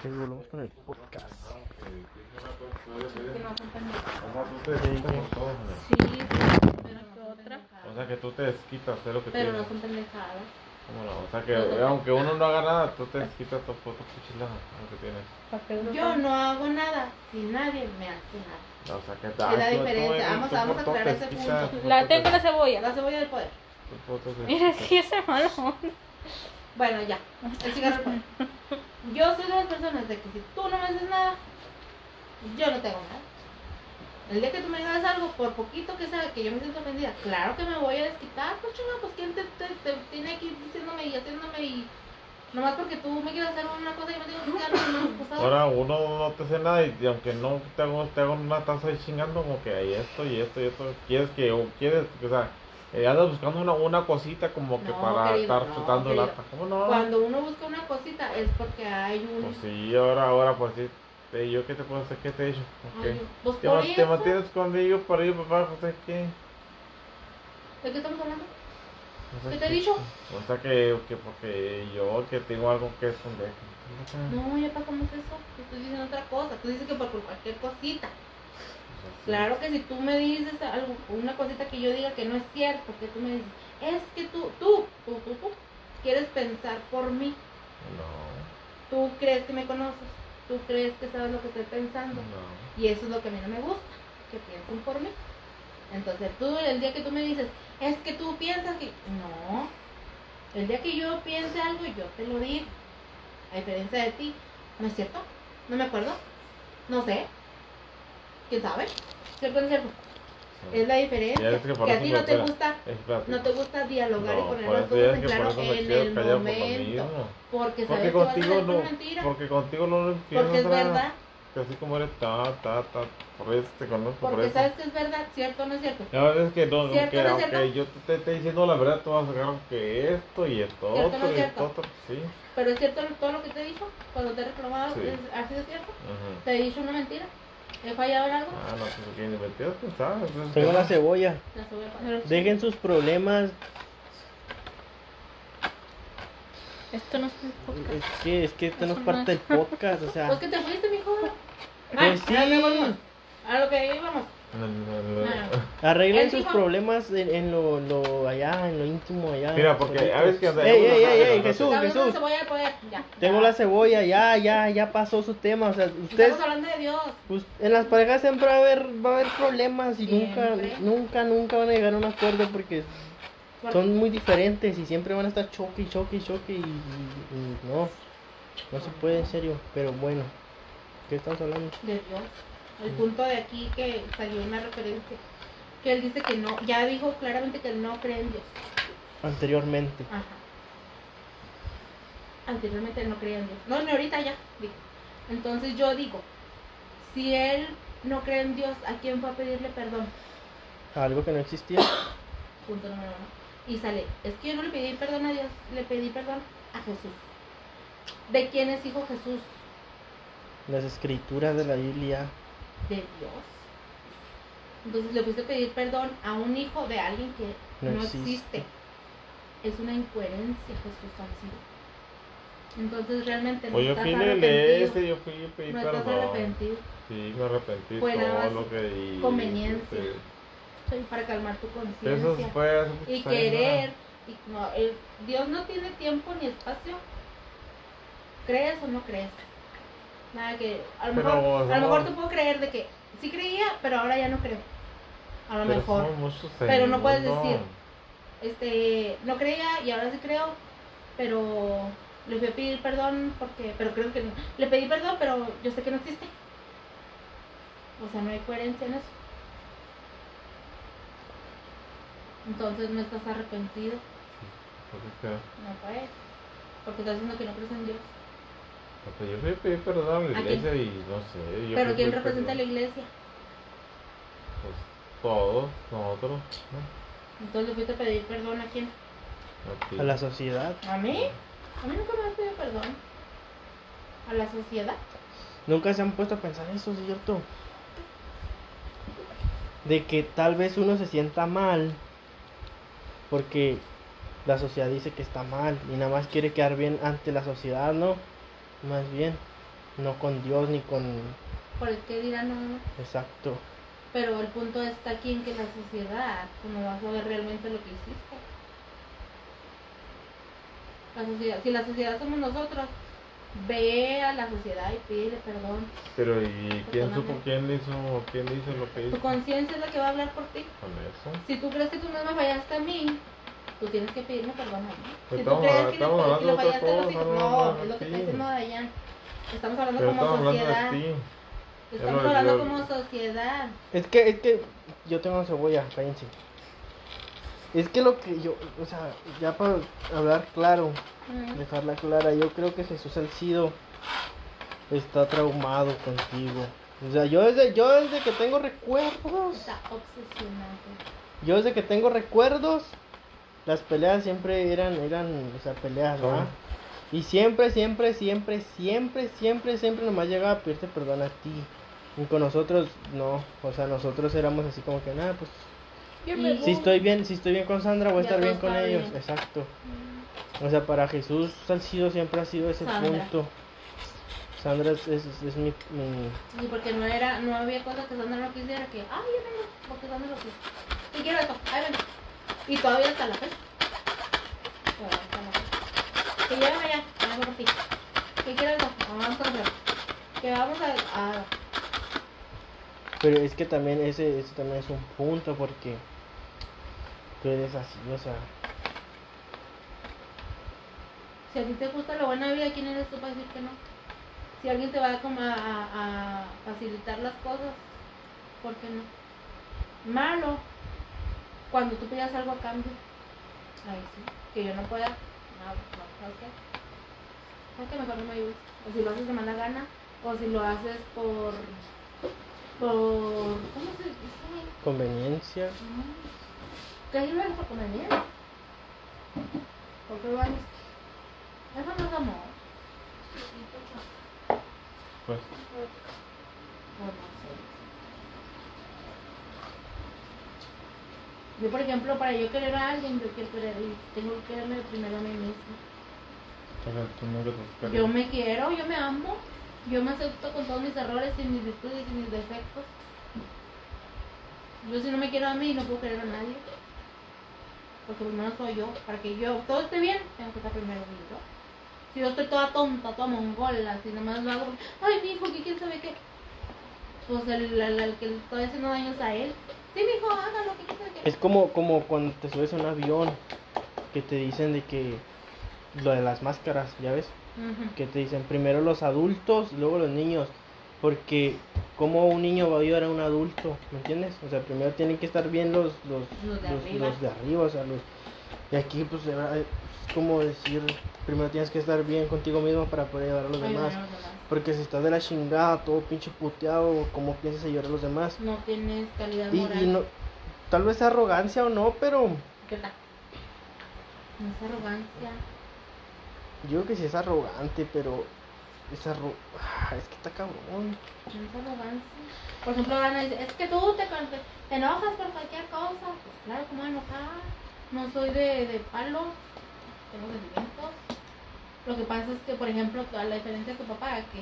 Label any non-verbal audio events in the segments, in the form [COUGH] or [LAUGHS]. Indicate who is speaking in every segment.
Speaker 1: que volvemos con el podcast.
Speaker 2: Sí, pero que otra.
Speaker 3: O sea que tú te desquitas de lo que
Speaker 2: Pero
Speaker 3: tienes.
Speaker 2: no son pendejadas.
Speaker 3: Cómo no, O sea que aunque uno no haga nada, tú te desquitas tu foto cochilada, lo que tienes.
Speaker 4: ¿Para qué uno
Speaker 2: Yo no hago nada si nadie me hace nada.
Speaker 3: O sea que
Speaker 2: la diferencia. Vamos- vamos a aclarar ese punto.
Speaker 4: La tengo la
Speaker 2: La
Speaker 4: cebolla.
Speaker 2: cebolla del poder.
Speaker 4: Mira, si ese malo. onda.
Speaker 2: Bueno, ya. El cigarro del poder. Yo soy de las personas de que si tú no me haces nada, yo no tengo nada. El día que tú me hagas algo, por poquito que sea, que yo me siento ofendida, claro que me voy a desquitar. Pues chinga, pues quién te, te- te tiene aquí diciéndome y haciéndome y. Nomás porque tú me quieres hacer una cosa y me tengo que quedar con una cosa.
Speaker 3: Ahora uno no te hace nada y, y aunque no te hago, te hago una taza ahí chingando como que hay esto y esto y esto. Quieres que, o quieres, o sea, eh, andas buscando una, una cosita como que
Speaker 2: No,
Speaker 3: para
Speaker 2: querido,
Speaker 3: estar
Speaker 2: no,
Speaker 3: chutando
Speaker 2: querido.
Speaker 3: lata. ¿Cómo no?
Speaker 2: Cuando uno busca una cosita es porque hay un.
Speaker 3: Pues sí, ahora, ahora, pues sí. te- ¿Yo qué te puedo hacer? ¿Qué te he hecho? ¿O qué?
Speaker 2: Ay, pues
Speaker 3: ¿Te,
Speaker 2: por
Speaker 3: ma- te
Speaker 2: eso.
Speaker 3: mantienes conmigo por ahí, papá? O sea, ¿qué?
Speaker 2: ¿De qué estamos hablando?
Speaker 3: O sea,
Speaker 2: ¿Qué te he dicho?
Speaker 3: O sea que, que porque yo que tengo algo que esconder.
Speaker 2: No, ya pasamos eso. Te estoy diciendo otra cosa. Tú dices que por cualquier cosita. Claro que si tú me dices algo, una cosita que yo diga que no es cierto, que tú me dices, es que tú, tú, tú, tú, tú, quieres pensar por mí.
Speaker 3: No,
Speaker 2: Tú crees que me conoces. Tú crees que sabes lo que estoy pensando.
Speaker 3: no.
Speaker 2: Y eso es lo que a mí no me gusta, que piensen por mí. Entonces tú, el día que tú me dices, es que tú piensas que... No, el día que yo piense algo, yo te lo digo. A diferencia de ti, ¿no es cierto? No me acuerdo. No sé. ¿Quién sabe? ¿Cierto o no es cierto? Es la diferencia.
Speaker 3: Ya ves que
Speaker 2: Que,
Speaker 3: por
Speaker 2: a
Speaker 3: eso
Speaker 2: ti
Speaker 3: me
Speaker 2: no te
Speaker 3: espera.
Speaker 2: gusta...
Speaker 3: Espérate.
Speaker 2: No te gusta dialogar y
Speaker 3: No,
Speaker 2: poner
Speaker 3: por
Speaker 2: las
Speaker 3: eso ya es
Speaker 2: cosas en
Speaker 3: que por
Speaker 2: claro
Speaker 3: eso me
Speaker 2: en
Speaker 3: quedo
Speaker 2: el
Speaker 3: callado por lo
Speaker 2: momento.
Speaker 3: mismo. Porque
Speaker 2: Porque sabes que vas a
Speaker 3: contigo
Speaker 2: decir
Speaker 3: no,
Speaker 2: una mentira.
Speaker 3: porque contigo no lo
Speaker 2: Porque es
Speaker 3: otra-
Speaker 2: verdad.
Speaker 3: Que así como eres, ta, ta, ta, por eso te conozco, por
Speaker 2: Porque
Speaker 3: eso.
Speaker 2: sabes que es verdad, ¿cierto o no es cierto?
Speaker 3: La verdad es que no,
Speaker 2: ¿Cierto,
Speaker 3: aunque,
Speaker 2: no es
Speaker 3: aunque
Speaker 2: cierto?
Speaker 3: yo te esté diciendo la verdad, tú vas a sacar que esto y esto
Speaker 2: ¿Cierto,
Speaker 3: otro
Speaker 2: no es
Speaker 3: y
Speaker 2: cierto?
Speaker 3: esto otro, sí.
Speaker 2: Pero es cierto todo lo que te he dicho, cuando te he reclamado,
Speaker 3: Sí.
Speaker 2: es- ¿ha sido cierto?
Speaker 3: Ujú.
Speaker 2: ¿Te he dicho una mentira? ¿He fallado en algo?
Speaker 3: Ah, no, pues que ni mentiras, pues, ¿sabes? Eso es
Speaker 1: Tengo
Speaker 3: que-
Speaker 1: la cebolla.
Speaker 2: La subí a pasar.
Speaker 1: Dejen sus problemas.
Speaker 4: Esto no es un podcast.
Speaker 1: Es que, es que esto no es parte del podcast. O sea,
Speaker 2: Pues que te fuiste, mijo.
Speaker 1: Ah.
Speaker 2: Ah,
Speaker 1: pues sí.
Speaker 2: ya volvimos. A lo que íbamos.
Speaker 3: No, no, no, no.
Speaker 2: Ah.
Speaker 1: Arreglen
Speaker 2: Él
Speaker 1: sus
Speaker 2: dijo-
Speaker 1: problemas en, en lo, lo allá, en lo íntimo allá.
Speaker 3: Mira, porque
Speaker 1: solitos.
Speaker 3: a veces que
Speaker 1: Ey, ey, ey, ey,
Speaker 3: Nosotros-
Speaker 1: Jesús,
Speaker 2: Estamos hablando de
Speaker 1: Jesús.
Speaker 2: cebolla al poder. Ya.
Speaker 1: Tengo
Speaker 2: ya.
Speaker 1: la cebolla, ya, ya, ya pasó su tema. O sea, ustedes,
Speaker 2: Estamos hablando de Dios.
Speaker 1: us- en las parejas siempre va a haber, va a haber problemas y nunca,
Speaker 2: Siempre.
Speaker 1: nunca, nunca van a llegar a un acuerdo porque
Speaker 2: Porque-
Speaker 1: son muy diferentes y siempre van a estar choque y choque y choque y, y- y no, no se puede en serio. Pero bueno, ¿qué estamos hablando?
Speaker 2: de Dios. El punto de aquí que salió una referencia. Que él dice que no, ya dijo claramente que él no cree en Dios.
Speaker 1: Anteriormente.
Speaker 2: Ajá. Anteriormente él no creía en Dios. No, ni ahorita ya, dijo. Entonces yo digo, si él no cree en Dios, ¿a quién va a pedirle perdón?
Speaker 1: Algo que no existía. [COUGHS]
Speaker 2: Punto número uno. Y sale, es que yo no le pedí perdón a Dios, le pedí perdón a Jesús. ¿De quién es hijo Jesús?
Speaker 1: Las escrituras de la Biblia.
Speaker 2: De Dios. Entonces le fuiste a pedir perdón a un hijo de alguien que
Speaker 1: No
Speaker 2: no,
Speaker 1: existe.
Speaker 2: existe. Es una incoherencia, Jesús ha sido. Entonces realmente
Speaker 3: [LAUGHS]
Speaker 2: no
Speaker 3: Pues yo
Speaker 2: estás
Speaker 3: fui en el
Speaker 2: arrepentido.
Speaker 3: ese, yo fui y pedí
Speaker 2: No estás
Speaker 3: perdón.
Speaker 2: arrepentido
Speaker 3: Sí, me arrepentí
Speaker 2: Fue nada
Speaker 3: todo
Speaker 2: más
Speaker 3: lo que di.
Speaker 2: conveniencia.
Speaker 3: Sí.
Speaker 2: para calmar tu
Speaker 3: Eso
Speaker 2: conciencia
Speaker 3: fue hace muchos
Speaker 2: y
Speaker 3: años,
Speaker 2: querer. y no, el- Dios no tiene tiempo ni espacio. ¿Crees o no crees? Nada que. A lo
Speaker 3: Pero,
Speaker 2: mejor, a
Speaker 3: no.
Speaker 2: lo mejor te puedo creer de que sí creía, pero ahora ya no creo. A lo
Speaker 3: Pero
Speaker 2: mejor.
Speaker 3: somos muchos
Speaker 2: Pero no puedes
Speaker 3: años,
Speaker 2: decir. Este, no creía y ahora sí creo, pero le voy a pedir perdón porque. Pero creo que no. Le pedí perdón, pero yo sé que no existe. O sea, no hay coherencia en eso. Entonces no estás arrepentido.
Speaker 3: Porque, pero-
Speaker 2: No puede. Porque estás diciendo que no crees en Dios.
Speaker 3: pero yo fui a pedir perdón a la
Speaker 2: ¿A quién?
Speaker 3: iglesia y no sé. Yo fui
Speaker 2: Pero
Speaker 3: a
Speaker 2: ¿quién
Speaker 3: pedir
Speaker 2: representa a la
Speaker 3: perdón.
Speaker 2: iglesia?
Speaker 3: Pues todos, nosotros.
Speaker 2: Entonces le fuiste a pedir perdón a quién?
Speaker 3: ¿no? ti.
Speaker 1: A la sociedad.
Speaker 2: ¿A mí? A mí nunca me has pedido perdón. ¿A la sociedad?
Speaker 1: Nunca se han puesto a pensar eso, ¿sí ¿cierto? De que tal vez uno se sienta mal porque la sociedad dice que está mal y nada más quiere quedar bien ante la sociedad, ¿no? Más bien. no con Dios ni con...
Speaker 2: por el que dirán no.
Speaker 1: Exacto.
Speaker 2: Pero el punto está aquí en que la sociedad, como vas a ver realmente lo que hiciste. La sociedad, si la sociedad somos nosotros, ve a la sociedad y pídele perdón.
Speaker 3: Pero ¿y quién
Speaker 2: Perdóname.
Speaker 3: supo quién le hizo, quién le hizo lo que hizo
Speaker 2: Tu conciencia es la que va a hablar por ti.
Speaker 3: con eso?
Speaker 2: Si tú crees que tú no me fallaste a mí, tú tienes que pedirme perdón a mí. Si tú
Speaker 3: Pues Estamos-
Speaker 2: crees que
Speaker 3: estamos
Speaker 2: le,
Speaker 3: hablando
Speaker 2: que
Speaker 3: de
Speaker 2: le
Speaker 3: otra
Speaker 2: fallaste a los
Speaker 3: cosa,
Speaker 2: hijos,
Speaker 3: no,
Speaker 2: no,
Speaker 3: no,
Speaker 2: es lo que está
Speaker 3: sí.
Speaker 2: diciendo Dayan. Estamos hablando
Speaker 3: Pero
Speaker 2: como
Speaker 3: estamos hablando
Speaker 2: sociedad.
Speaker 3: de ti.
Speaker 2: Estamos
Speaker 3: Pero
Speaker 2: hablando
Speaker 3: yo-
Speaker 2: como sociedad.
Speaker 1: Es que, es que yo tengo cebolla, cállense. Es que lo que yo, o sea, ya para hablar claro,
Speaker 2: Mm.
Speaker 1: dejarla clara, yo creo que Jesús Salcido está traumado contigo. O sea, yo desde, yo desde que tengo recuerdos,
Speaker 2: Está obsesionante.
Speaker 1: yo desde que tengo recuerdos, las peleas siempre eran, eran, o sea, peleas, ¿verdad?
Speaker 3: Ajá.
Speaker 1: Y siempre, siempre, siempre, siempre, siempre, siempre nomás llegaba a pedirte perdón a ti. Y con nosotros, no. O sea, nosotros éramos así como que, nada, pues
Speaker 4: Yo
Speaker 2: Y-
Speaker 4: me
Speaker 1: si
Speaker 4: voy.
Speaker 1: estoy bien, si estoy bien con Sandra, voy a
Speaker 2: Ya
Speaker 1: estar
Speaker 2: todo
Speaker 1: bien con
Speaker 2: estaba
Speaker 1: ellos.
Speaker 2: bien. Mm.
Speaker 1: Exacto. O sea, para Jesús Salcido siempre ha sido ese
Speaker 2: Sandra.
Speaker 1: punto. Sandra es, es, es mi, mi-
Speaker 2: Y porque no era, no había cosa que Sandra no quisiera que, ay, yo vengo, porque Sandra lo quiso. Te quiero esto, ay, ven. Y todavía hasta la fecha. Todavía hasta la fecha. Que llévame allá, vamos por ti. Que quiero esto, vamos a comprar. Que vamos a, a-
Speaker 1: Pero es que también ese, ese también es un punto porque tú eres así, o sea.
Speaker 2: si a ti te gusta la buena vida, ¿quién eres tú para decir que no? Si alguien te va como a, a- a facilitar las cosas, ¿por qué no? Malo, cuando tú pidas algo a cambio, ahí sí, que yo no pueda, no, no, ¿sabes qué? ¿Sabes qué? mejor no me ayudes? O si lo haces de mala gana, o si lo haces por, por, ¿cómo se dice?
Speaker 1: Conveniencia.
Speaker 2: Mm. ¿Qué es lo por comer? ¿Por qué lo haces? Eso no es amor.
Speaker 3: Pues,
Speaker 2: Bueno, sí. Yo, por ejemplo, para yo querer a alguien, yo quiero querer, y tengo que quererme primero a mí misma.
Speaker 3: entonces tú nunca te
Speaker 2: Yo me quiero, yo me amo, yo me acepto con todos mis errores y mis virtudes y mis defectos. Yo si no me quiero a mí, no puedo querer a nadie. Porque primero soy yo. Para que yo todo esté bien, tengo que estar primero yo. Si yo estoy toda tonta, toda mongola, si nomás lo hago, ay, mi hijo, que quién sabe qué. Pues el, el- el que le estoy haciendo daño es a él. Sí, mi hijo, hágalo, que quién sabe qué.
Speaker 1: Es como, como cuando te subes a un avión que te dicen de que lo de las máscaras, ¿ya ves?
Speaker 2: Ujú.
Speaker 1: que te dicen primero los adultos, luego los niños, porque como un niño va a ayudar a un adulto, ¿me entiendes? O sea, primero tienen que estar bien los los,
Speaker 2: Los de arriba.
Speaker 1: los de arriba, o sea, los y aquí pues de verdad, es como decir, primero tienes que estar bien contigo mismo para poder ayudar a los
Speaker 2: Ay,
Speaker 1: demás,
Speaker 2: bueno, los demás.
Speaker 1: porque si estás de la chingada, todo pinche puteado, ¿cómo piensas ayudar a los demás?
Speaker 2: No tienes calidad
Speaker 1: Y,
Speaker 2: moral.
Speaker 1: y no tal vez arrogancia o no, pero
Speaker 2: ¿Qué tal? No es arrogancia.
Speaker 1: yo creo que sí es arrogante, pero es arro- ah, es que está cabrón.
Speaker 2: No es arrogancia. Por ejemplo, Ana dice, es que tú te, con- te enojas por cualquier cosa. Pues claro, como enojada. No soy de, de palo. Tengo sentimientos. Lo que pasa es que, por ejemplo, a la diferencia de tu papá, que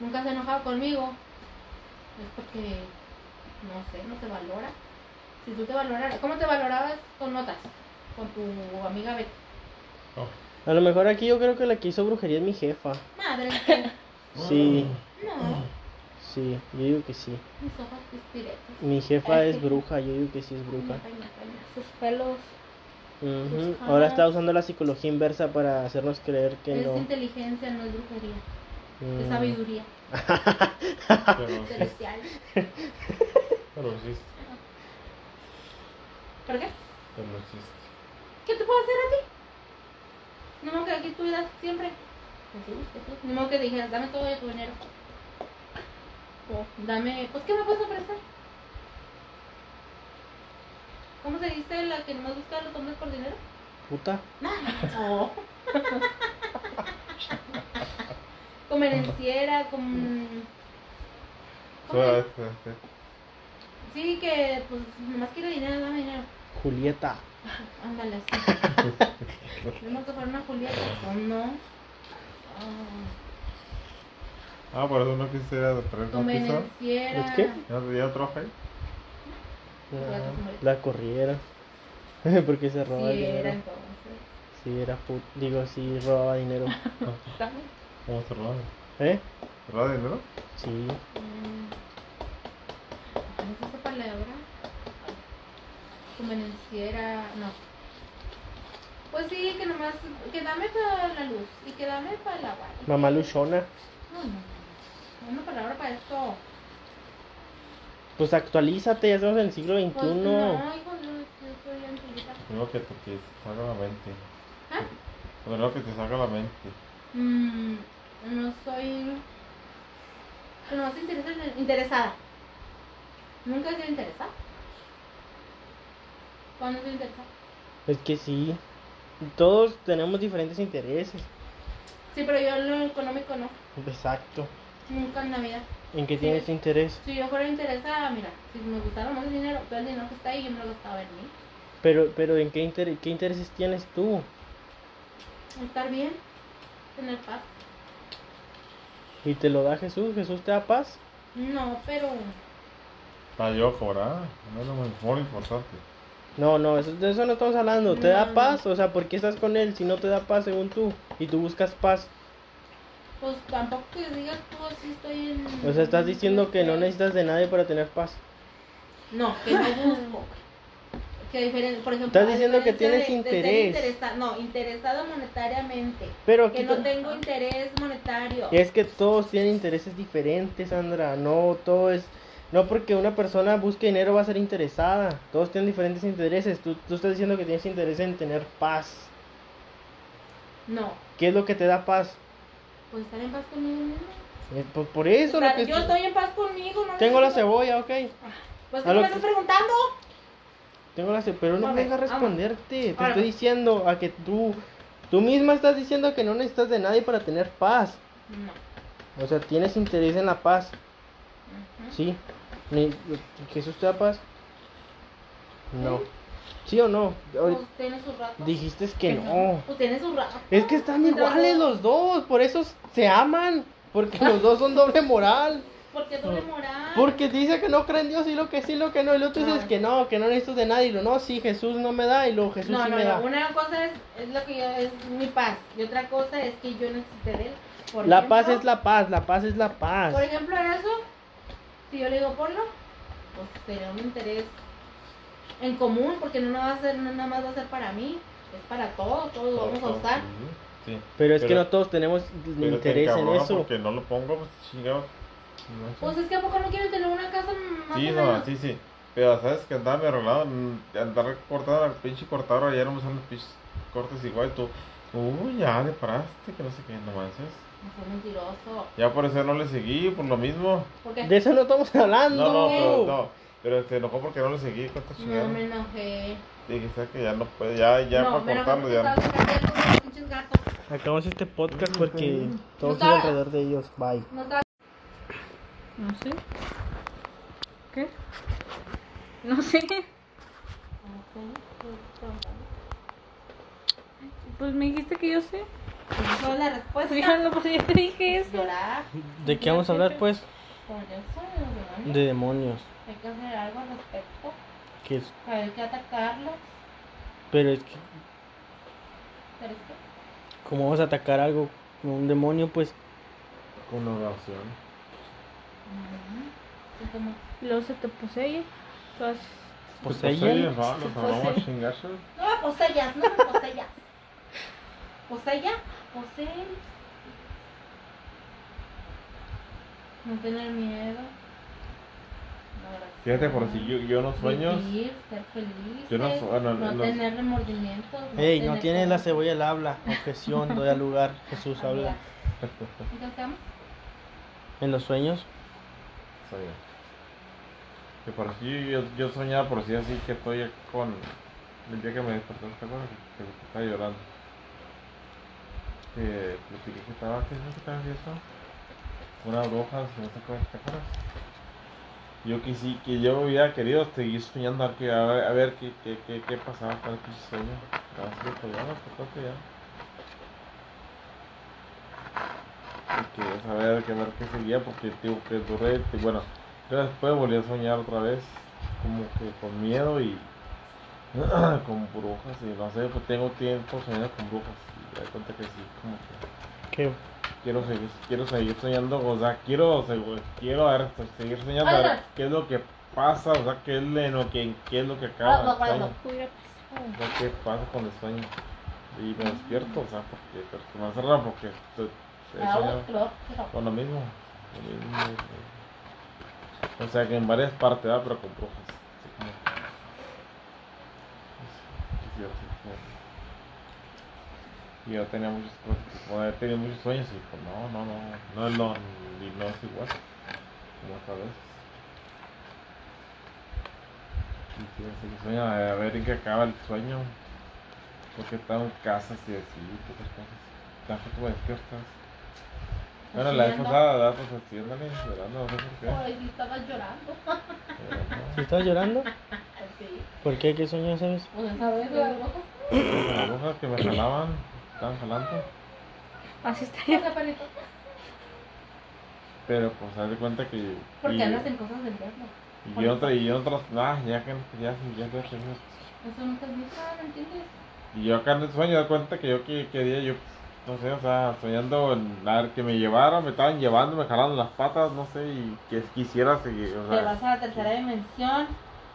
Speaker 2: nunca se ha enojado conmigo, es porque, no sé, no se valora. Si tú te valoraras, ¿cómo te valorabas con notas? Con tu amiga Betty.
Speaker 3: Oh,
Speaker 2: [LAUGHS]
Speaker 1: A lo mejor aquí yo creo que la que hizo brujería es mi jefa.
Speaker 2: Madre, es que-
Speaker 1: Sí,
Speaker 2: Ah. no.
Speaker 1: sí, yo digo que sí.
Speaker 2: Mis ojos pispiretos.
Speaker 1: Mi jefa es bruja, yo digo que sí es bruja.
Speaker 4: Sus pelos.
Speaker 1: Ujú, Ahora está usando la psicología inversa para hacernos creer que
Speaker 2: Es
Speaker 1: no.
Speaker 2: inteligencia, no es brujería. Es
Speaker 1: Mm.
Speaker 2: sabiduría.
Speaker 3: Pero sí,
Speaker 2: Celestial.
Speaker 3: pero sí,
Speaker 2: ¿Por qué?
Speaker 3: pero sí.
Speaker 2: ¿Qué te puedo hacer a ti? No me que aquí estuvieras siempre. Pues sí, pues sí. No me que dijeras, dame todo de tu dinero. O dame. Pues, ¿qué me puedes ofrecer? ¿Cómo se dice la que nomás busca a los hombres por dinero?
Speaker 1: Puta.
Speaker 2: [LAUGHS] Oh. Convenenciera, con. ¿Cómo
Speaker 3: Pero,
Speaker 2: es?
Speaker 3: este, este,
Speaker 2: Sí, que pues nomás quiero dinero, dame dinero.
Speaker 1: Julieta.
Speaker 2: Ándale, así.
Speaker 1: [LAUGHS]
Speaker 2: Tenemos que fuera una Julieta. ¿O no? Ah.
Speaker 3: Ah, por eso no quisiera traer
Speaker 2: Tu
Speaker 3: noticias.
Speaker 2: menenciera.
Speaker 1: ¿Es qué?
Speaker 3: ¿Ya, ya trabajé?
Speaker 1: La, Ah, la corriera. [LAUGHS] Porque se roba
Speaker 2: Sí, era
Speaker 1: dinero.
Speaker 2: entonces.
Speaker 1: Sí, era put... Digo, sí, robaba
Speaker 2: [LAUGHS]
Speaker 1: dinero.
Speaker 4: ¿Sabes?
Speaker 3: ¿Cómo se roba?
Speaker 1: ¿Eh?
Speaker 3: ¿Se roba dinero?
Speaker 1: Sí.
Speaker 2: Mm. ¿Cómo es esa palabra? Convenenciera, no. Pues sí, que nomás, que dame para la luz y que dame para la agua.
Speaker 1: Mamá Luchona.
Speaker 2: No, no, no. Una palabra para esto.
Speaker 1: Pues actualízate, ya estamos en el siglo XXI.
Speaker 2: Pues no, hijo, yo yo estoy en tu vida.
Speaker 3: Primero que te, que saca la mente.
Speaker 2: ¿Ah?
Speaker 3: Primero que te saca la mente.
Speaker 2: Mm, no soy. Que nomás interesa, interesada. Nunca he sido interesada. ¿Cuándo soy interesada?
Speaker 1: Es que sí. Todos tenemos diferentes intereses.
Speaker 2: Sí, pero yo en lo económico no.
Speaker 1: Exacto.
Speaker 2: Nunca en la vida.
Speaker 1: ¿En qué tienes
Speaker 2: Sí.
Speaker 1: interés?
Speaker 2: Si yo fuera interesada, mira, si me gustara más el dinero, todo el dinero que está ahí yo me lo gastaba en mí.
Speaker 1: Pero, pero ¿en qué, inter- qué intereses tienes tú?
Speaker 2: Estar bien, tener paz.
Speaker 1: Y te lo da Jesús, Jesús te da paz.
Speaker 2: No, pero
Speaker 3: Para yo cobrar. No es lo mejor importante.
Speaker 1: No, no, eso, de eso no estamos hablando. ¿Te
Speaker 2: No,
Speaker 1: da
Speaker 2: no.
Speaker 1: paz? O sea, ¿por qué estás con él si no te da paz según tú? Y tú buscas paz.
Speaker 2: pues tampoco que digas tú así estoy en...
Speaker 1: O sea, estás diciendo que no necesitas de nadie para tener paz.
Speaker 2: No, que
Speaker 1: [LAUGHS]
Speaker 2: no busco. Que diferen- por ejemplo,
Speaker 1: Estás
Speaker 2: a
Speaker 1: diciendo que
Speaker 2: diferencia
Speaker 1: tienes
Speaker 2: de- de ser
Speaker 1: interés.
Speaker 2: interesa- no, interesado monetariamente.
Speaker 1: Pero
Speaker 2: Que
Speaker 1: aquí
Speaker 2: no
Speaker 1: te-
Speaker 2: tengo interés monetario.
Speaker 1: es que todos tienen intereses diferentes, Sandra. No, todo es... No porque una persona busque dinero va a ser interesada. Todos tienen diferentes intereses. Tú, tú estás diciendo que tienes interés en tener paz.
Speaker 2: No,
Speaker 1: ¿Qué es lo que te da paz?
Speaker 2: pues estar en paz conmigo mismo.
Speaker 1: Eh, Por, por eso
Speaker 2: O sea,
Speaker 1: lo que
Speaker 2: yo estoy en paz conmigo. No
Speaker 1: Tengo la
Speaker 2: necesito-
Speaker 1: cebolla, ok.
Speaker 2: Pues
Speaker 1: A
Speaker 2: ¿qué me
Speaker 1: lo que-
Speaker 2: estás preguntando?
Speaker 1: Tengo la cebolla, pero no
Speaker 2: Ok,
Speaker 1: me dejas
Speaker 2: vamos.
Speaker 1: responderte. Te
Speaker 2: Ahora
Speaker 1: estoy
Speaker 2: pues.
Speaker 1: diciendo a que tú tú misma estás diciendo que no necesitas de nadie para tener paz.
Speaker 2: No.
Speaker 1: O sea, tienes interés en la paz.
Speaker 2: Ujú.
Speaker 1: Sí. Ni- Jesús te da paz. No. ¿Sí o no? Ahorita
Speaker 2: Pues tiene sus ratos.
Speaker 1: Dijiste que no.
Speaker 2: Pues tiene sus ratos.
Speaker 1: Es que están iguales los dos, por eso se aman, porque los dos son doble moral.
Speaker 2: Porque doble moral.
Speaker 1: Porque dice que no cree en Dios y lo que sí, lo que no. Y lo otro dice
Speaker 2: Ah.
Speaker 1: que no, que no necesito de nadie. Y lo no, sí, Jesús no me da. Y luego Jesús
Speaker 2: no,
Speaker 1: sí
Speaker 2: no,
Speaker 1: me da.
Speaker 2: no. Una cosa es, es lo que yo, es mi paz. Y otra cosa es que yo necesité de él. Por
Speaker 1: La
Speaker 2: ejemplo,
Speaker 1: paz es la paz, la paz es la paz.
Speaker 2: Por ejemplo, eso, si yo le digo ponlo, pues sería un interés en común, porque no nada, va a ser, no nada más va a ser para mí, es para todos, todos lo vamos a usar.
Speaker 3: Sí.
Speaker 1: Pero es que
Speaker 3: Pero-
Speaker 1: no todos tenemos
Speaker 3: Pero te
Speaker 1: interés en
Speaker 3: encabrona
Speaker 1: eso.
Speaker 3: Porque no lo pongo, pues chingado. No sé.
Speaker 2: Pues es que a poco no quieren tener una casa más
Speaker 3: Sí,
Speaker 2: o
Speaker 3: no,
Speaker 2: menos.
Speaker 3: sí, sí. Pero sabes que andaba mi arreglado, mm, andar cortando la pinche cortadora, ya no me salen los pinches cortes igual. y Tú, uy, ya le paraste, que no sé qué, no manches.
Speaker 2: No soy mentiroso.
Speaker 3: Ya por eso no le seguí, por lo mismo.
Speaker 2: Porque
Speaker 1: De eso no estamos hablando.
Speaker 3: No, no, pero no. Pero se enojó porque no le seguí, cuánta
Speaker 2: Pues no
Speaker 3: chingada.
Speaker 2: me enojé.
Speaker 3: Dije, ¿sabes que ya no puede, ya, ya
Speaker 2: no,
Speaker 3: para cortarlo, ya no.
Speaker 2: no. Pinches gatos.
Speaker 1: Acabamos este podcast porque todo
Speaker 2: Está-
Speaker 1: gira alrededor de ellos. Bye.
Speaker 2: No estaba-
Speaker 4: No sé. ¿Qué? No sé. Pues me dijiste que yo sé.
Speaker 2: No, la respuesta.
Speaker 4: Pues ya no, pues ya te dije eso.
Speaker 2: Llorar.
Speaker 1: ¿De qué vamos a hablar, pues?
Speaker 2: Como yo soy los demonios,
Speaker 1: De demonios.
Speaker 2: Hay que hacer algo al respecto.
Speaker 1: Que es-
Speaker 2: Hay que atacarlos.
Speaker 1: Pero es que,
Speaker 2: Pero es que-
Speaker 1: ¿cómo vamos a atacar algo con un demonio, pues?
Speaker 3: Con oración.
Speaker 2: Ujú. Es como-
Speaker 4: Y luego se te posee. Pues,
Speaker 1: Pues
Speaker 3: ellos,
Speaker 1: ella.
Speaker 3: ¿no? Los vamos a chingarse.
Speaker 2: No me posellas, no me posellas. Posella, posee. No tener miedo. Adoración.
Speaker 3: Fíjate, por si yo, yo no sueño.
Speaker 2: Vivir, ser feliz.
Speaker 3: Yo no su- bueno, no- no-
Speaker 2: tener remordimientos.
Speaker 1: Ey, no
Speaker 2: tener
Speaker 1: tienes la
Speaker 2: cosas.
Speaker 1: cebolla, él habla. Objeción, doy al lugar. Jesús habla.
Speaker 2: Entonces, ¿qué vamos?
Speaker 1: En los sueños.
Speaker 3: Soñé. Que por así yo, yo soñaba por así así que estoy con el día que me desperté ¿te acuerdas? Que, que estaba llorando. Que platiqué que estaba, ¿qué es lo que estaba haciendo? Una bruja, si no te acuerdas, ¿te acuerdas? Yo que sí, que yo hubiera querido seguir soñando a, que, a ver, a ver qué, qué, qué, qué pasaba con el pinche sueño. Estaba así, pues ya, no, pues creo que ya. Y quería saber que ver qué seguía porque digo que duré, y bueno, yo después volví a soñar otra vez, como que con miedo y [CLEARS THROAT] con brujas y no sé, pues tengo tiempo soñando con brujas y me doy cuenta que sí, como que
Speaker 1: ¿Qué?
Speaker 3: quiero seguir, quiero seguir soñando, o sea, quiero, segu- quiero a ver, pues, seguir soñando a ver
Speaker 2: Ahora.
Speaker 3: qué es lo que pasa, o sea, qué es lo que, qué es lo que acaba.
Speaker 2: Ah, bueno.
Speaker 3: ¿sabes?
Speaker 4: Hubiera pasado.
Speaker 3: No qué pasa cuando sueño. Y me despierto, o sea, porque pero se me hace raro porque estoy- estoy
Speaker 2: Ah,
Speaker 3: soñando
Speaker 2: otro, otro.
Speaker 3: con lo mismo. Lo mismo eh, o sea que en varias partes, ¿verdad? pero con brujas. así como- Quisiera así como- Y yo tenía muchas cosas, que- bueno, he tenido muchos sueños y pues no, no, no, no es lo, y no es igual, como otra vez. Quisiera seguir soñando, a ver en qué acaba el sueño, porque estaba en casa y así, y otras cosas. pues, Tanto tú me despiertas. Bueno, la vez
Speaker 2: Haciendo.
Speaker 3: pasada, la vez pasada, sí, ándale, llorando, no sé por qué. Eh,
Speaker 2: Ay, sí, estaba llorando.
Speaker 1: ¿Si estás llorando?
Speaker 2: Sí.
Speaker 1: ¿Por qué? ¿Qué sueño sabes?
Speaker 2: Pues a ver, las brujas.
Speaker 3: Pero Las brujas que me jalaban, estaban jalando.
Speaker 4: Así estaría.
Speaker 2: Pasa, perrito.
Speaker 3: Pero pues haz de cuenta que.
Speaker 2: Porque
Speaker 3: y-
Speaker 2: andas en cosas del diablo.
Speaker 3: Y yo otra, y yo otra, ah, ya que ya, ya estoy teniendo-
Speaker 2: Eso nunca es visto, ¿no entiendes?
Speaker 3: Y yo acá en el sueño, da cuenta que yo que- quería, yo, no sé, o sea, soñando en a ver, que me llevaron, me estaban llevando, me jalaron las patas, no sé, y que quisiera seguir, o
Speaker 2: Te vas
Speaker 3: sea,
Speaker 2: a la tercera dimensión,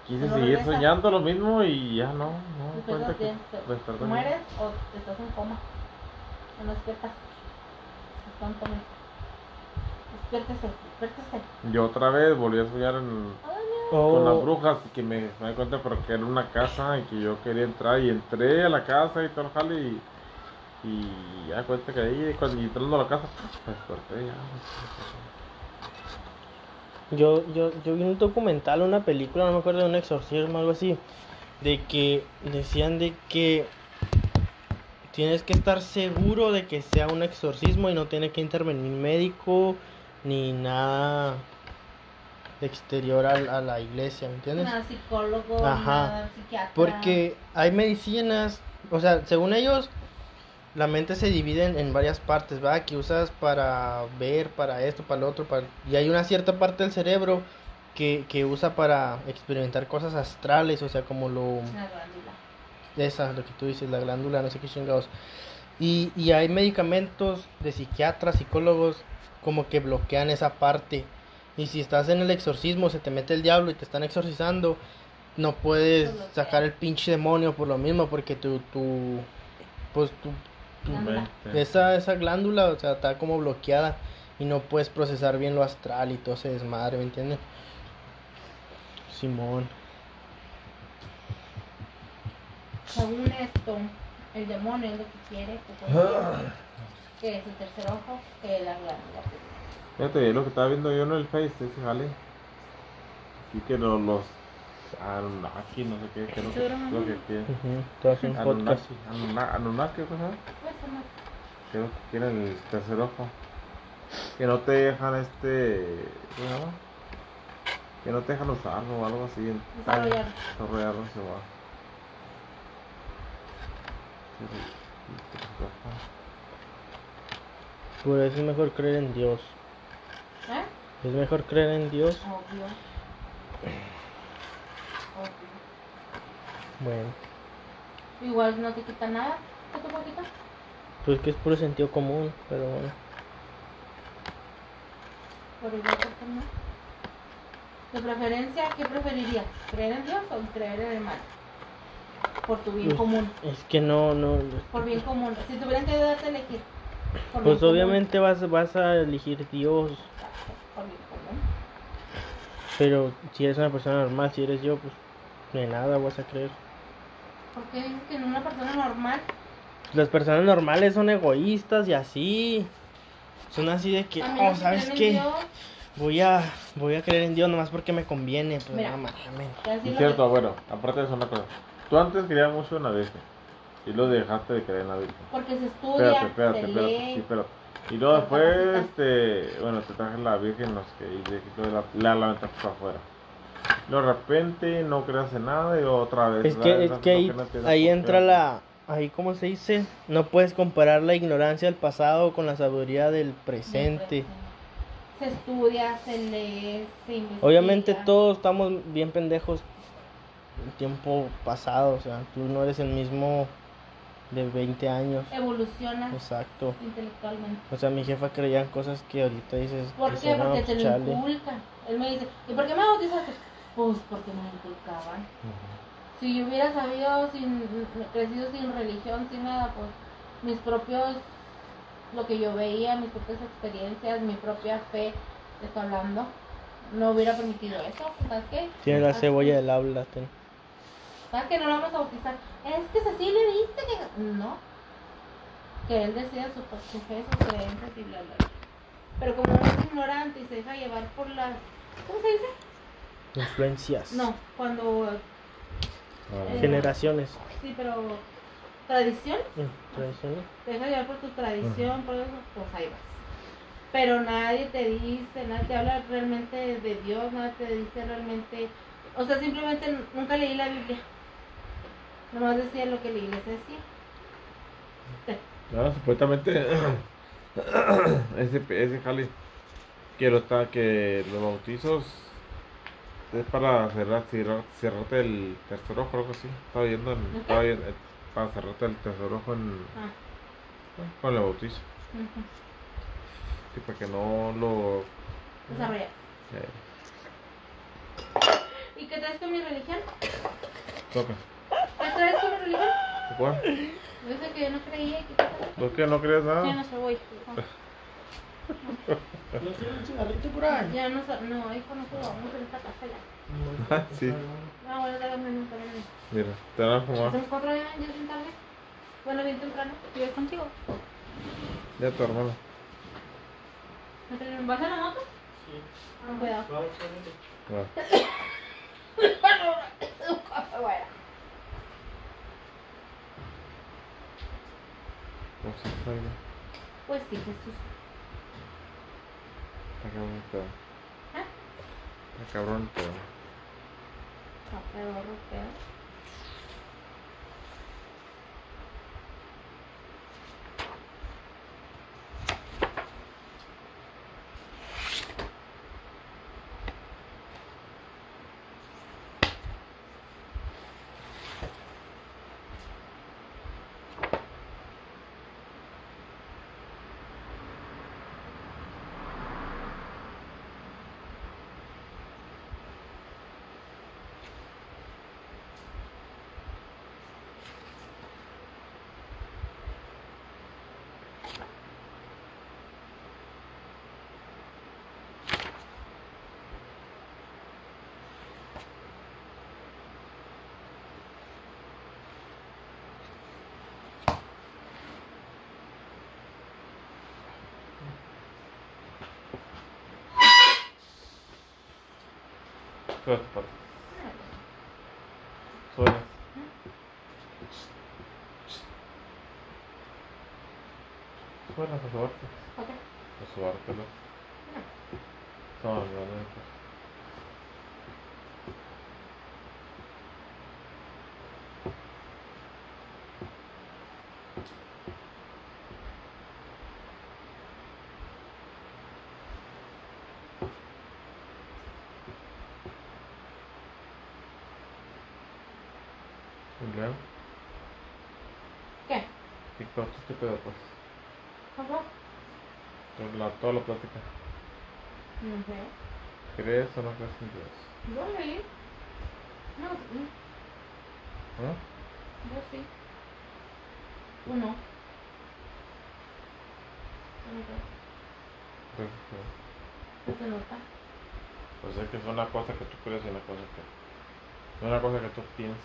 Speaker 3: quise
Speaker 2: no
Speaker 3: seguir
Speaker 2: regresa.
Speaker 3: soñando lo mismo y ya no, no,
Speaker 2: después
Speaker 3: cuenta que. pues,
Speaker 2: te- te-
Speaker 3: desperté.
Speaker 2: mueres o te estás en coma. No despiertas. Estás en coma. Despiértese, despiértese.
Speaker 3: Yo otra vez volví a soñar en con las
Speaker 1: Oh,
Speaker 3: brujas y que me, me di cuenta pero que era una casa y que yo quería entrar y entré a la casa y todo el jale y, y ya cuenta que ahí cuando y entrando a la casa pues corté ya
Speaker 1: yo, yo, yo vi un documental, una película, no me acuerdo, de un exorcismo, algo así, de que decían de que tienes que estar seguro de que sea un exorcismo y no tiene que intervenir médico ni nada exterior al- a, la iglesia, ¿me entiendes?
Speaker 2: Nada psicólogo,
Speaker 1: Ajá.
Speaker 2: nada psiquiatra.
Speaker 1: Porque hay medicinas, o sea, según ellos, la mente se divide en, en varias partes, ¿verdad? Que usas para ver, para esto, para lo otro, para... y hay una cierta parte del cerebro que, que usa para experimentar cosas astrales, o sea, como lo...
Speaker 2: La glándula.
Speaker 1: Esa, lo que tú dices, la glándula, no sé qué chingados. Y, y hay medicamentos de psiquiatras, psicólogos, como que bloquean esa parte. Y si estás en el exorcismo, se te mete el diablo y te están exorcizando, no puedes
Speaker 2: Lo bloquean.
Speaker 1: sacar el pinche demonio por lo mismo, porque tu, tu, pues tu,
Speaker 3: Tu
Speaker 2: Ándale.
Speaker 3: mente.
Speaker 1: esa, esa glándula, o sea, está como bloqueada y no puedes procesar bien lo astral y todo ese desmadre, ¿me entiendes? Simón.
Speaker 2: Según esto, el demonio es lo que quiere, que consiente,
Speaker 3: Ah.
Speaker 2: que es el tercer ojo, que es la glándula.
Speaker 3: Fíjate, lo que estaba viendo yo en el Face, ese jale. Así que los, los Anunnaki, no sé qué, que no sé lo que quieren.
Speaker 1: Ujú, te vas a hacer un podcast.
Speaker 3: Anunnaki, Anunna- Anunnaki, ¿qué cosa?
Speaker 2: Pues, no.
Speaker 3: Creo que quieren el tercer ojo. Que no te dejan este. ¿Cómo se llama? Que no te dejan usarlo o algo así. en-
Speaker 2: Desarrollarlo.
Speaker 3: Desarrollarlo, se va. Sí, sí, sí, tercer ojo.
Speaker 1: Por eso es mejor creer en Dios.
Speaker 2: ¿Eh?
Speaker 1: Es mejor creer en Dios.
Speaker 2: Obvio. Obvio.
Speaker 1: Bueno,
Speaker 2: Igual no te quita nada, ¿qué te puede quitar?
Speaker 1: pues que es puro sentido común, pero bueno.
Speaker 2: Por igual ¿por qué no? De preferencia, ¿qué preferirías? ¿Creer en Dios o creer en el mal? Por tu bien
Speaker 1: Pues,
Speaker 2: común.
Speaker 1: Es que no, no.
Speaker 2: Por bien común. Si tuvieran que darte a elegir. por bien
Speaker 1: Pues
Speaker 2: común.
Speaker 1: obviamente vas, vas a elegir Dios,
Speaker 2: Por bien común.
Speaker 1: pero si eres una persona normal, si eres yo, pues de nada vas a creer.
Speaker 2: Porque dices que en una persona normal
Speaker 1: Las personas normales son egoístas y así. Son así de que,
Speaker 2: a menos
Speaker 1: oh,
Speaker 2: que
Speaker 1: ¿sabes
Speaker 2: creen en
Speaker 1: qué?
Speaker 2: Dios,
Speaker 1: Voy a voy a creer en Dios nomás porque me conviene, pues
Speaker 2: Mira.
Speaker 1: no mames.
Speaker 2: que así
Speaker 3: Es
Speaker 2: lo
Speaker 3: cierto, bueno, aparte de eso, una cosa. Tú antes creías mucho en la Virgen y lo dejaste de creer en la Virgen.
Speaker 2: ves, Porque se estudia,
Speaker 3: Espérate, espérate,
Speaker 2: se
Speaker 3: espérate,
Speaker 2: lee.
Speaker 3: sí, espérate. Y luego
Speaker 2: Pero
Speaker 3: después,
Speaker 2: capacita.
Speaker 3: este, bueno, te traje la Virgen, los que y te quitó la, la, la ventaja para afuera. Luego de repente no creas en nada y luego otra vez.
Speaker 1: Es
Speaker 3: otra
Speaker 1: que,
Speaker 3: vez,
Speaker 1: es
Speaker 3: no-
Speaker 1: que
Speaker 3: no
Speaker 1: ahí,
Speaker 3: no tienes
Speaker 1: ahí
Speaker 3: confianza.
Speaker 1: entra la, ahí como se dice, no puedes comparar la ignorancia del pasado con la sabiduría del presente.
Speaker 2: Se estudia, se lee, se investiga.
Speaker 1: Obviamente todos estamos bien pendejos el tiempo pasado, o sea, tú no eres el mismo de 20 años.
Speaker 2: Evoluciona
Speaker 1: Pues, Exacto.
Speaker 2: intelectualmente.
Speaker 1: O sea, mi jefa creía en cosas que ahorita dices,
Speaker 2: ¿Por
Speaker 1: que
Speaker 2: qué?
Speaker 1: son, ah,
Speaker 2: Porque te lo
Speaker 1: chale.
Speaker 2: inculcan. Él me dice, ¿y por qué me bautizaste? Pues porque me lo inculcaban. Si yo hubiera sabido, sin, crecido sin religión, sin nada, pues mis propios, lo que yo veía, mis propias experiencias, mi propia fe, te estoy hablando, no hubiera permitido eso. pues, ¿Sabes qué?
Speaker 1: Tiene la
Speaker 2: Así
Speaker 1: cebolla
Speaker 2: es.
Speaker 1: del habla. ten.
Speaker 2: ¿Sabes que no lo vamos a bautizar? Es que Cecilia viste que... No. Que él decida su, su fe, sus creencias y bla, bla, bla. Pero como uno es ignorante y se deja llevar por las... ¿Cómo se dice?
Speaker 1: Influencias.
Speaker 2: No, cuando...
Speaker 1: Generaciones.
Speaker 2: Sí, pero... Tradición.
Speaker 1: Mm, Tradiciones.
Speaker 2: Te deja llevar por tu tradición, por eso, pues ahí vas. Pero nadie te dice, nadie te habla realmente de Dios, nadie te dice realmente... O sea, simplemente n- nunca leí la Biblia. Nomás decía lo que la iglesia decía.
Speaker 3: No, supuestamente [COUGHS] ese, ese jale que lo está, que los bautizos es para cerrar, cerrar- cerrarte el tercer ojo, algo así. Estaba viendo, en-
Speaker 2: ¿Ok?
Speaker 3: estaba viendo, eh, para cerrarte el tercer ojo en-
Speaker 2: Ah,
Speaker 3: con el bautizo,
Speaker 2: ujú.
Speaker 3: que para que no lo...
Speaker 2: desarrollar.
Speaker 3: eh,
Speaker 2: ¿Y qué traes con mi religión?
Speaker 3: toca.
Speaker 2: ¿Qué traes con mi religión?
Speaker 3: ¿Te
Speaker 4: [LAUGHS]
Speaker 3: acuerdas?
Speaker 2: Yo dije que yo no creía y que qué tal.
Speaker 3: ¿Por qué no crees
Speaker 4: Ya
Speaker 3: [LAUGHS] nada?
Speaker 4: no se voy.
Speaker 2: Ya no, sa- no, hijo, no puedo, vamos a esta casa ya.
Speaker 3: Ah, sí,
Speaker 2: No, bueno, te hagas menos, pero menos.
Speaker 3: mira, te van a fumar.
Speaker 2: Hacemos cuatro años sin tarde. Bueno, bien temprano.
Speaker 4: Yo voy contigo.
Speaker 3: Ya tu hermano.
Speaker 2: ¿No te- ¿Vas a la moto? Con cuidado.
Speaker 4: [COUGHS]
Speaker 3: Va.
Speaker 2: Bueno, bueno.
Speaker 3: No sé, está bien.
Speaker 2: Pues sí, Jesús.
Speaker 3: Está cabrón el pedo.
Speaker 4: ¿Eh?
Speaker 2: ¿Ah?
Speaker 3: Está cabrón el pedo.
Speaker 2: Está peor, peor.
Speaker 4: Ah,
Speaker 3: Sube esta parte. Sube.
Speaker 4: ¿Eh?
Speaker 3: Sube la sobarte.
Speaker 2: Ok.
Speaker 3: A sobártelo. Toma, mi hermano. Y luego,
Speaker 2: ¿Qué?
Speaker 3: ¿qué cosa te pedo pues?
Speaker 2: ¿Cómo?
Speaker 3: Toda la, toda la plática.
Speaker 2: No sé.
Speaker 3: ¿Crees o no crees en Dios?
Speaker 2: Yo sí. No, sí.
Speaker 3: ¿Ah?
Speaker 2: Yo sí. Tú no. Tú no crees.
Speaker 3: Creo que sí.
Speaker 2: No te nota.
Speaker 3: Pues es que es una cosa que tú crees y una cosa que. No una cosa que tú piensas.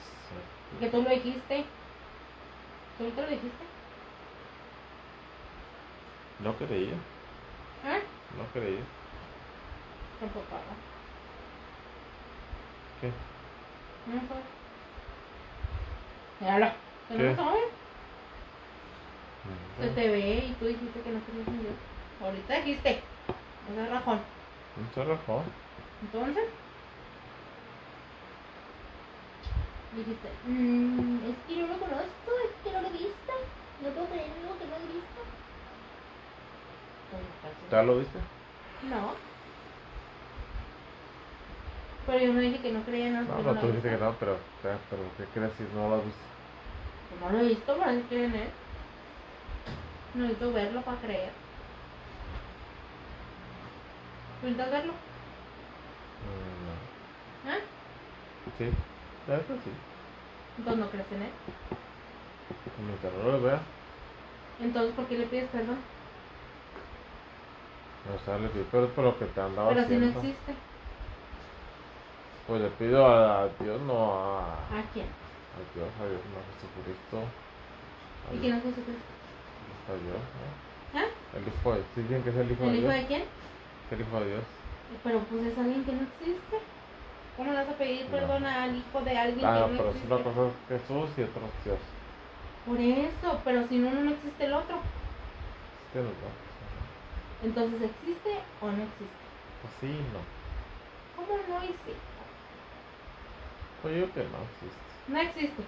Speaker 2: Que tú lo dijiste. ¿Tú ahorita lo dijiste?
Speaker 3: No creía,
Speaker 2: ¿Eh?
Speaker 3: no creía.
Speaker 2: Tampoco. ¿no?
Speaker 3: ¿Qué?
Speaker 2: No fue. Míralo. ¿Que no
Speaker 3: ¿Qué?
Speaker 2: lo sabes? Se te ve y tú dijiste que no creías en Dios. Ahorita dijiste. Ese es rajón.
Speaker 3: Mm, Un cerrojo.
Speaker 2: Entonces,
Speaker 5: Dijiste, "Mm, es que no lo conozco, es que no lo he visto. No puedo creer algo que no he visto.
Speaker 3: ¿Ya lo viste?
Speaker 2: No. Pero yo no dije que no creía en algo
Speaker 3: No,
Speaker 2: que
Speaker 3: no,
Speaker 2: lo
Speaker 3: tú
Speaker 2: había
Speaker 3: dijiste que
Speaker 2: visto.
Speaker 3: no, pero, pero, pero ¿qué crees si no lo has visto?
Speaker 2: Pues No lo he visto, pero sí creo en él. No necesito verlo para creer. ¿Necesitas verlo?
Speaker 3: Mm,
Speaker 2: ¿Eh?
Speaker 3: no. Sí, la verdad sí.
Speaker 2: Entonces no crees en él.
Speaker 3: Mientras no lo vea,
Speaker 2: Entonces, ¿por qué le pides perdón?
Speaker 3: no sale bien, pero es por lo que te andaba
Speaker 2: pero si no
Speaker 3: haciendo.
Speaker 2: existe.
Speaker 3: pues le pido a Dios, no a,
Speaker 2: ¿A quién?
Speaker 3: a Dios, a Dios, no a Jesucristo. A
Speaker 2: ¿Y
Speaker 3: Dios,
Speaker 2: quién es Jesucristo?
Speaker 3: a Dios, ¿no?
Speaker 2: ¿Eh?
Speaker 3: El hijo de, sí, dicen que es el hijo
Speaker 2: ¿El
Speaker 3: de
Speaker 2: hijo
Speaker 3: Dios.
Speaker 2: de quién?
Speaker 3: Es el hijo de Dios.
Speaker 2: Pero pues es alguien que no existe. ¿Cómo le vas a pedir
Speaker 3: No.
Speaker 2: perdón al hijo de alguien
Speaker 3: Ah,
Speaker 2: que no
Speaker 3: pero es
Speaker 2: existe?
Speaker 3: una cosa es Jesús y otra es Dios.
Speaker 2: Por eso, pero si no, no existe el otro.
Speaker 3: Es que no, no.
Speaker 2: Entonces, ¿existe o no existe?
Speaker 3: Pues sí, no.
Speaker 2: ¿Cómo no existe?
Speaker 3: Pues yo que no existe.
Speaker 2: No existe.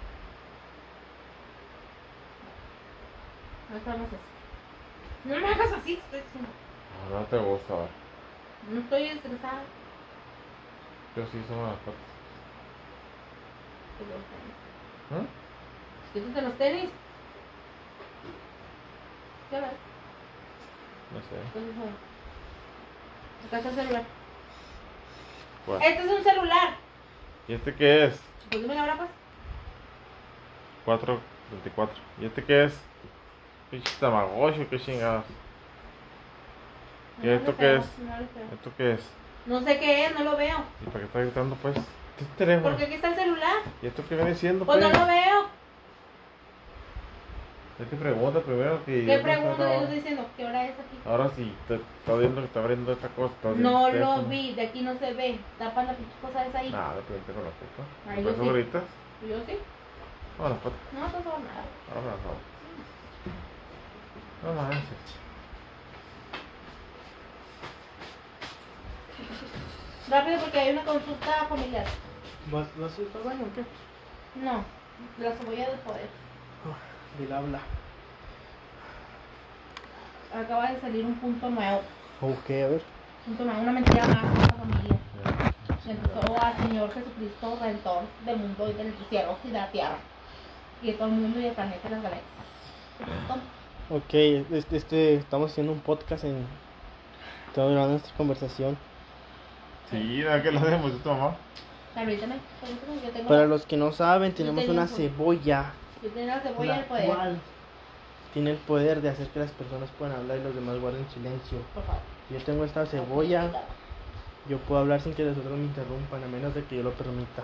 Speaker 2: No estamos así. No me hagas así, estoy diciendo.
Speaker 3: No, no te gusta, ¿verdad?
Speaker 2: No estoy estresada.
Speaker 3: Yo sí son las patas.
Speaker 2: Quítate los tenis.
Speaker 3: ¿Eh?
Speaker 2: Quítate los tenis. ¿Qué ves?
Speaker 3: No sé.
Speaker 2: Entonces, bueno. Acá está el celular.
Speaker 3: ¿Cuál?
Speaker 2: Este es un celular.
Speaker 3: ¿Y este qué es?
Speaker 2: Pues dime la hora, pues.
Speaker 3: 4.24. ¿Y este qué es? Pinche tamagotchi, qué chingados. ¿Y
Speaker 2: No, no
Speaker 3: esto
Speaker 2: le
Speaker 3: qué
Speaker 2: pego,
Speaker 3: es?
Speaker 2: no le pego.
Speaker 3: ¿Esto qué es?
Speaker 2: No sé qué es, no lo veo.
Speaker 3: ¿Y para qué está gritando, pues? ¿Qué es teléfono?
Speaker 2: Porque aquí está el celular.
Speaker 3: ¿Y esto qué viene siendo,
Speaker 2: Pues
Speaker 3: pues?
Speaker 2: no lo veo.
Speaker 3: Es que pregunta primero que...
Speaker 2: ¿Qué
Speaker 3: yo
Speaker 2: pregunto? Yo
Speaker 3: no
Speaker 2: estoy
Speaker 3: sé
Speaker 2: diciendo, ¿qué hora es aquí?
Speaker 3: nada. Ahora sí, te está viendo que está abriendo esta cosa. está abriendo
Speaker 2: No
Speaker 3: el
Speaker 2: lo
Speaker 3: teléfono.
Speaker 2: vi, de aquí no se ve. Tapan la pinche cosa esa ahí.
Speaker 3: Nada, pero te con la puta.
Speaker 2: Ay,
Speaker 3: ¿Por
Speaker 2: yo
Speaker 3: eso
Speaker 2: sí.
Speaker 3: gritas?
Speaker 2: Y Yo sí.
Speaker 3: No, las patas.
Speaker 2: No, no pasa nada.
Speaker 3: Ahora las patas. No manches.
Speaker 2: Rápido porque hay una consulta familiar.
Speaker 1: ¿Vas, vas a ir para el baño o qué?
Speaker 2: No, las voy a poder.
Speaker 1: Del habla.
Speaker 2: Acaba de salir un punto nuevo.
Speaker 1: Ok, a ver.
Speaker 2: Punto nuevo, una mentira más para la familia.
Speaker 3: Ya.
Speaker 2: Entonces, al Señor Jesucristo, Redentor del mundo y del cielo y de la tierra. Y de todo el mundo y del planeta y las galaxias. Punto.
Speaker 1: Ok, este, este- estamos haciendo un podcast en. Estamos grabando nuestra conversación.
Speaker 3: Sí, ¿a qué le hacemos? ¿Tu mamá?
Speaker 2: Permíteme, permíteme, yo tengo,
Speaker 1: Para los que no saben, tenemos
Speaker 2: tenía un
Speaker 1: una
Speaker 2: poder.
Speaker 1: cebolla.
Speaker 2: yo tengo la cebolla
Speaker 1: la
Speaker 2: del poder.
Speaker 1: cual tiene el poder de hacer que las personas puedan hablar y los demás guarden silencio.
Speaker 2: Por favor.
Speaker 1: Yo tengo esta cebolla, yo puedo hablar sin que los otros me interrumpan, a menos de que yo lo permita.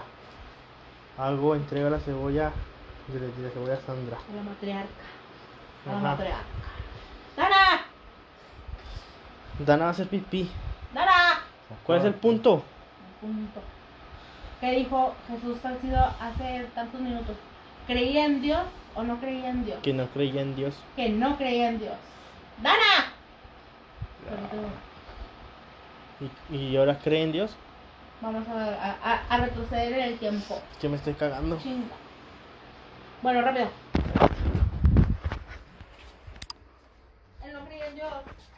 Speaker 1: Hago entrega a la cebolla de la, de la cebolla a Sandra.
Speaker 2: A la matriarca. A la
Speaker 1: Ajá.
Speaker 2: matriarca. ¡Dana!
Speaker 1: Dana va a hacer pipí.
Speaker 2: ¡Dana!
Speaker 1: ¿Cuál es el punto?
Speaker 2: punto. ¿Qué dijo Jesús ha sido hace tantos minutos? ¿Creía en Dios o no creía en Dios?
Speaker 1: Que no creía en Dios.
Speaker 2: Que no creía en Dios. ¡Dana! Pero,
Speaker 1: ¿Y, y ahora cree en Dios?
Speaker 2: Vamos a, a- a retroceder en el tiempo.
Speaker 1: Que me estoy cagando.
Speaker 2: Chinga. Bueno, rápido. Él no creía en Dios.